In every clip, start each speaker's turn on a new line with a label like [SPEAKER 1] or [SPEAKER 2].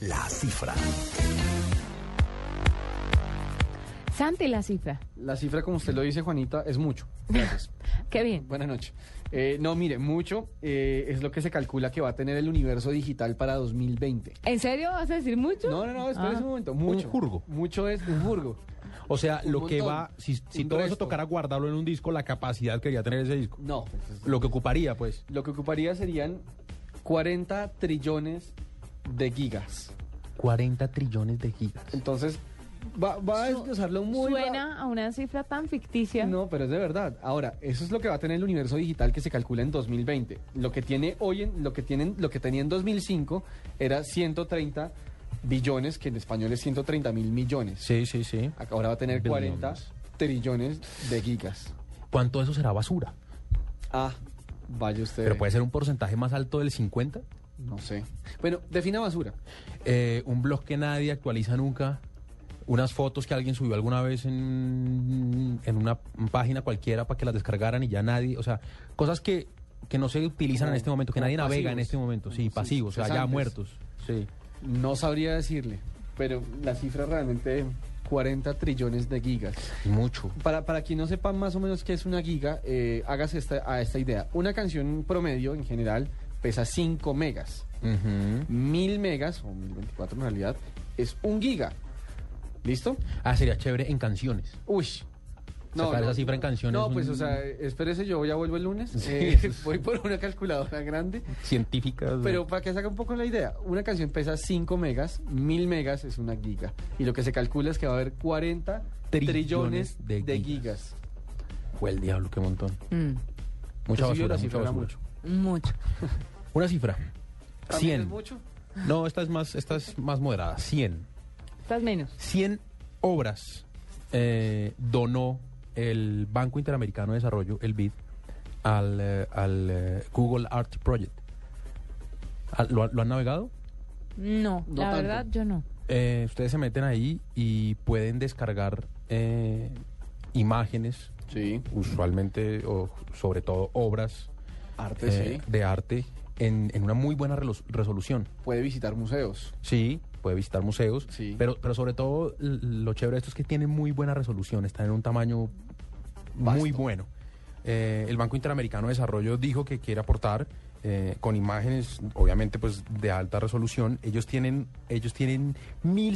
[SPEAKER 1] la cifra.
[SPEAKER 2] Santi, la cifra.
[SPEAKER 3] La cifra, como usted lo dice, Juanita, es mucho. Gracias.
[SPEAKER 2] Qué bien.
[SPEAKER 3] Buenas noches. Eh, no, mire, mucho eh, es lo que se calcula que va a tener el universo digital para 2020.
[SPEAKER 2] ¿En serio vas a decir mucho?
[SPEAKER 3] No, no, no, espérese
[SPEAKER 2] Ah.
[SPEAKER 3] un momento. Mucho.
[SPEAKER 1] Un jurgo.
[SPEAKER 3] Mucho es un jurgo.
[SPEAKER 1] O sea,
[SPEAKER 3] Un
[SPEAKER 1] lo que
[SPEAKER 3] montón.
[SPEAKER 1] va, si, si
[SPEAKER 3] Un
[SPEAKER 1] todo eso
[SPEAKER 3] resto.
[SPEAKER 1] tocara guardarlo en un disco, la capacidad que iría a tener ese disco.
[SPEAKER 3] No. pues, es-
[SPEAKER 1] Lo que ocuparía, pues.
[SPEAKER 3] Lo que ocuparía serían 40 trillones de gigas.
[SPEAKER 1] 40 trillones de gigas.
[SPEAKER 3] Entonces, va, va a
[SPEAKER 2] Su-
[SPEAKER 3] desglosarlo muy... ra-
[SPEAKER 2] Suena a una cifra tan ficticia.
[SPEAKER 3] No, pero es de verdad. Ahora, eso es lo que va a tener el universo digital que se calcula en 2020. Lo que tiene hoy en lo que tienen lo que tenía en 2005 era 130 billones, que en español es 130 mil millones.
[SPEAKER 1] Sí, sí, sí.
[SPEAKER 3] Ahora va a tener 40
[SPEAKER 1] Billions.
[SPEAKER 3] trillones de gigas.
[SPEAKER 1] ¿Cuánto de eso será basura?
[SPEAKER 3] Ah, vaya usted.
[SPEAKER 1] Pero pues- puede ser un porcentaje más alto del 50.
[SPEAKER 3] No sé. Bueno, defina basura.
[SPEAKER 1] Eh, un blog que nadie actualiza nunca. Unas fotos que alguien subió alguna vez en, en una página cualquiera para que las descargaran y ya nadie. O sea, cosas que, que no se utilizan en
[SPEAKER 3] Como-
[SPEAKER 1] este momento, que
[SPEAKER 3] como
[SPEAKER 1] nadie navega en
[SPEAKER 3] pasivos.
[SPEAKER 1] este momento. Sí,
[SPEAKER 3] Sí,
[SPEAKER 1] pasivos, o sea, ya
[SPEAKER 3] cesantes.
[SPEAKER 1] muertos. Sí.
[SPEAKER 3] No sabría decirle, pero la cifra realmente 40 trillones de gigas.
[SPEAKER 1] Mucho.
[SPEAKER 3] Para, para quien no sepa más o menos qué es una giga, eh, hágase esta, a esta idea. Una canción promedio, en general, pesa 5 megas.
[SPEAKER 1] Ujú.
[SPEAKER 3] 1000 megas, o 1024 en realidad, es un giga. ¿Listo?
[SPEAKER 1] Ah, sería chévere en canciones.
[SPEAKER 3] Uy.
[SPEAKER 1] Sacar esa cifra en canciones
[SPEAKER 3] No,
[SPEAKER 1] es
[SPEAKER 3] pues,
[SPEAKER 1] un-
[SPEAKER 3] o sea, espérese, yo ya vuelvo el lunes.
[SPEAKER 1] Sí.
[SPEAKER 3] Eh, voy por una calculadora grande.
[SPEAKER 1] Científicas.
[SPEAKER 3] Pero para que se haga un poco la idea, una canción pesa 5 megas, 1000 megas es una giga. Y lo que se calcula es que va a haber 40 trillones,
[SPEAKER 1] Trillones
[SPEAKER 3] de,
[SPEAKER 1] de
[SPEAKER 3] gigas.
[SPEAKER 1] Fue el diablo, qué montón.
[SPEAKER 2] Mm,
[SPEAKER 1] Mucha
[SPEAKER 3] Pues sí,
[SPEAKER 1] basura,
[SPEAKER 3] yo la
[SPEAKER 1] mucha
[SPEAKER 3] cifra era
[SPEAKER 1] basura.
[SPEAKER 3] mucho.
[SPEAKER 2] mucho.
[SPEAKER 1] Una cifra.
[SPEAKER 3] ¿También
[SPEAKER 1] 100.
[SPEAKER 3] es mucho?
[SPEAKER 1] No, esta es más, esta es más moderada. 100.
[SPEAKER 2] Estás menos.
[SPEAKER 1] 100 obras eh, donó el Banco Interamericano de Desarrollo, el BID, al, eh, al, eh, Google Art Project. Al- ¿Lo, ha- lo han navegado?
[SPEAKER 2] No,
[SPEAKER 3] No
[SPEAKER 2] la
[SPEAKER 3] tanto.
[SPEAKER 2] verdad yo no.
[SPEAKER 1] Eh, ustedes se meten ahí y pueden descargar eh, imágenes,
[SPEAKER 3] Sí.
[SPEAKER 1] usualmente o sobre todo obras
[SPEAKER 3] Arte,
[SPEAKER 1] eh,
[SPEAKER 3] sí.
[SPEAKER 1] de arte en, en una muy buena relo- resolución.
[SPEAKER 3] Puede visitar museos.
[SPEAKER 1] Sí, puede visitar museos,
[SPEAKER 3] Sí.
[SPEAKER 1] pero, pero sobre todo l- lo chévere de esto es que tiene muy buena resolución, está en un tamaño muy
[SPEAKER 3] Vasto.
[SPEAKER 1] bueno. Eh, el Banco Interamericano de Desarrollo dijo que quiere aportar eh, con imágenes, obviamente, pues de alta resolución. Ellos tienen, ellos tienen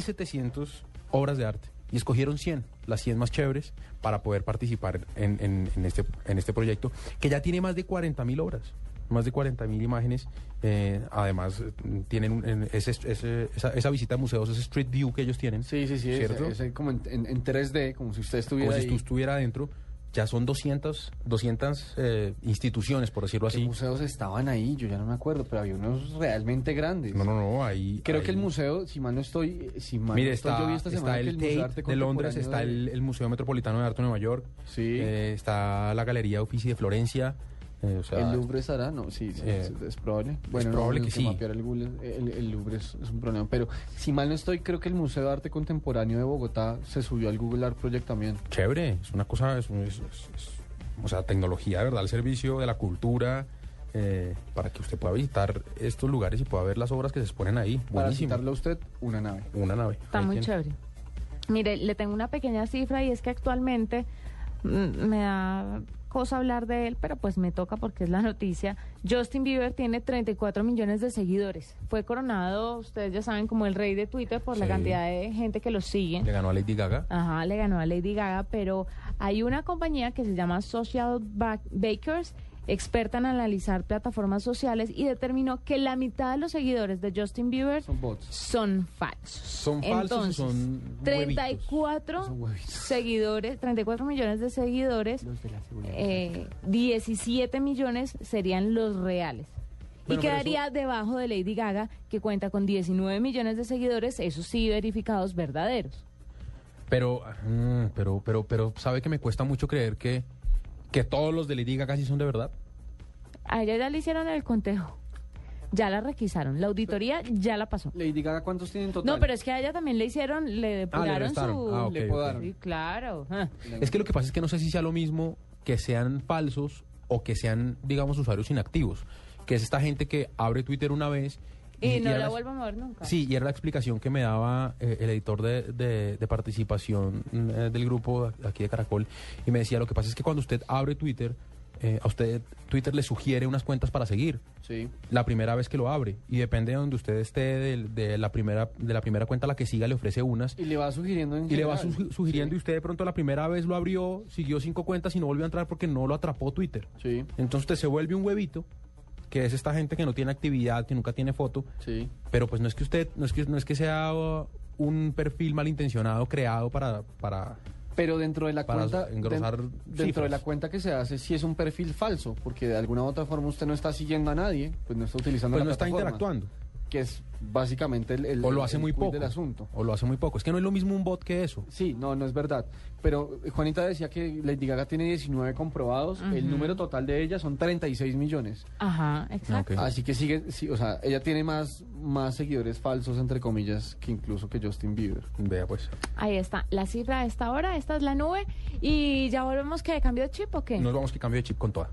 [SPEAKER 1] 1.700 obras de arte y escogieron 100, las 100 más chéveres, para poder participar en, en- en este, en este proyecto, que ya tiene más de 40.000 obras. Más de 40.000 imágenes. eh, además, eh, tienen un- en- ese- ese- esa, esa visita a museos, ese Street View que ellos tienen.
[SPEAKER 3] Sí, sí, sí. es-
[SPEAKER 1] ¿Cierto?
[SPEAKER 3] Es, como en, en- en 3D, como si usted estuviera
[SPEAKER 1] como si
[SPEAKER 3] ahí.
[SPEAKER 1] tú estuviera adentro. Ya son 200, 200 eh, instituciones, por decirlo
[SPEAKER 3] ¿Qué
[SPEAKER 1] así.
[SPEAKER 3] museos estaban ahí? Yo ya no me acuerdo, pero había unos realmente grandes.
[SPEAKER 1] No, no, no, ahí...
[SPEAKER 3] Creo
[SPEAKER 1] ahí-
[SPEAKER 3] que el museo, si mal no estoy, eh, si mal
[SPEAKER 1] Mire,
[SPEAKER 3] no estoy, yo
[SPEAKER 1] está,
[SPEAKER 3] vi esta semana
[SPEAKER 1] está
[SPEAKER 3] que
[SPEAKER 1] el
[SPEAKER 3] el Museo de
[SPEAKER 1] Tate
[SPEAKER 3] Arte
[SPEAKER 1] de Londres, está
[SPEAKER 3] Contemporáneo de-
[SPEAKER 1] el, el Museo Metropolitano de Arte de Nueva York,
[SPEAKER 3] Sí.
[SPEAKER 1] eh, está la Galería Uffizi de Florencia, eh, o sea,
[SPEAKER 3] ¿El Louvre estará? No, sí, sí,
[SPEAKER 1] Eh,
[SPEAKER 3] es, es probable. Bueno,
[SPEAKER 1] probable
[SPEAKER 3] no,
[SPEAKER 1] que
[SPEAKER 3] no,
[SPEAKER 1] sí.
[SPEAKER 3] mapear el, Google, el- el Louvre es, es un problema. Pero si mal no estoy, creo que el Museo de Arte Contemporáneo de Bogotá se subió al Google Art Project también.
[SPEAKER 1] chévere, es una cosa, es, un- es- es- es- o sea, tecnología, de ¿verdad? Al servicio de la cultura, eh, para que usted pueda visitar estos lugares y pueda ver las obras que se exponen ahí.
[SPEAKER 3] Para
[SPEAKER 1] Buenísimo.
[SPEAKER 3] citarlo a usted, una nave.
[SPEAKER 1] Una nave.
[SPEAKER 2] Está
[SPEAKER 1] Ahí
[SPEAKER 2] muy
[SPEAKER 1] tiene.
[SPEAKER 2] chévere. Mire, le tengo una pequeña cifra y es que actualmente mm, me da cosa hablar de él, pero pues me toca porque es la noticia. Justin Bieber tiene 34 millones de seguidores. Fue coronado, ustedes ya saben, como el rey de Twitter por la
[SPEAKER 1] Sí.
[SPEAKER 2] cantidad de gente que lo sigue.
[SPEAKER 1] Le ganó a Lady Gaga.
[SPEAKER 2] Ajá, le ganó a Lady Gaga, pero hay una compañía que se llama Social Ba- Bakers, experta en analizar plataformas sociales y determinó que la mitad de los seguidores de Justin Bieber
[SPEAKER 3] Son bots.
[SPEAKER 2] son falsos.
[SPEAKER 1] Son falsos y
[SPEAKER 2] Entonces,
[SPEAKER 1] son huevitos.
[SPEAKER 2] 34
[SPEAKER 3] Son huevitos.
[SPEAKER 2] seguidores, 34 millones de seguidores, eh, 17 millones serían los reales.
[SPEAKER 1] Bueno,
[SPEAKER 2] y
[SPEAKER 1] pero
[SPEAKER 2] quedaría debajo de Lady Gaga, que cuenta con 19 millones de seguidores, esos sí verificados verdaderos.
[SPEAKER 1] Pero, mm, pero, pero, pero, ¿sabe que me cuesta mucho creer que, que todos los de Lady Gaga sí son de verdad?
[SPEAKER 2] A ella ya le hicieron el contejo. Ya la requisaron. La auditoría ya la pasó.
[SPEAKER 3] Lady Gaga, ¿cuántos tienen en total?
[SPEAKER 2] No, pero es que a ella también le hicieron, le depuraron
[SPEAKER 1] restaron.
[SPEAKER 2] su...
[SPEAKER 1] Ah, ok,
[SPEAKER 3] Le podaron.
[SPEAKER 2] Sí, claro. Ah.
[SPEAKER 1] Es que lo que pasa es que no sé si sea lo mismo que sean falsos o que sean, digamos, usuarios inactivos. Que es esta gente que abre Twitter una vez
[SPEAKER 2] Y, no
[SPEAKER 1] era
[SPEAKER 2] la vuelvo a mover nunca.
[SPEAKER 1] Sí, y era la explicación que me daba eh, el editor de, de- de participación mm, eh, del grupo de aquí de Caracol y me decía, lo que pasa es que cuando usted abre Twitter, eh, a usted Twitter le sugiere unas cuentas para seguir
[SPEAKER 3] Sí.
[SPEAKER 1] la primera vez que lo abre y depende de donde usted esté del- de, la primera de la primera cuenta a la que siga le ofrece unas
[SPEAKER 3] Y le va sugiriendo en
[SPEAKER 1] y le va
[SPEAKER 3] general.
[SPEAKER 1] su- sugiriendo y
[SPEAKER 3] Sí.
[SPEAKER 1] usted de pronto la primera vez lo abrió siguió cinco cuentas y no volvió a entrar porque no lo atrapó Twitter
[SPEAKER 3] Sí,
[SPEAKER 1] entonces usted se vuelve un huevito que es esta gente que no tiene actividad que nunca tiene foto
[SPEAKER 3] sí.
[SPEAKER 1] pero pues no es que usted, no es que, no es que sea uh, un perfil malintencionado creado para, para
[SPEAKER 3] Pero dentro de la
[SPEAKER 1] Para
[SPEAKER 3] cuenta.
[SPEAKER 1] engrosar
[SPEAKER 3] den- dentro
[SPEAKER 1] cifras.
[SPEAKER 3] de la cuenta que se hace, sí es un perfil falso, porque de alguna u otra forma usted no está siguiendo a nadie, pues no está utilizando
[SPEAKER 1] pues
[SPEAKER 3] la
[SPEAKER 1] no está
[SPEAKER 3] plataforma,
[SPEAKER 1] interactuando.
[SPEAKER 3] Que es básicamente el. el-
[SPEAKER 1] o lo hace
[SPEAKER 3] el
[SPEAKER 1] muy
[SPEAKER 3] quid
[SPEAKER 1] poco.
[SPEAKER 3] del asunto.
[SPEAKER 1] O lo hace muy poco. Es que no es lo mismo un bot que eso.
[SPEAKER 3] Sí, no, no es verdad. Pero eh, Juanita decía que Lady Gaga tiene 19 comprobados,
[SPEAKER 2] Ujú.
[SPEAKER 3] el número total de ellas son 36 millones.
[SPEAKER 2] Ajá, exacto.
[SPEAKER 1] Ah, Ok.
[SPEAKER 3] Así que sigue, sí, o sea, ella tiene más, más seguidores falsos, entre comillas, que incluso que Justin Bieber.
[SPEAKER 1] Vea pues.
[SPEAKER 2] Ahí está, la cifra a esta hora, esta es la nube. Y ya volvemos que cambió de chip o qué?
[SPEAKER 1] Nos vamos que cambio de chip con toda.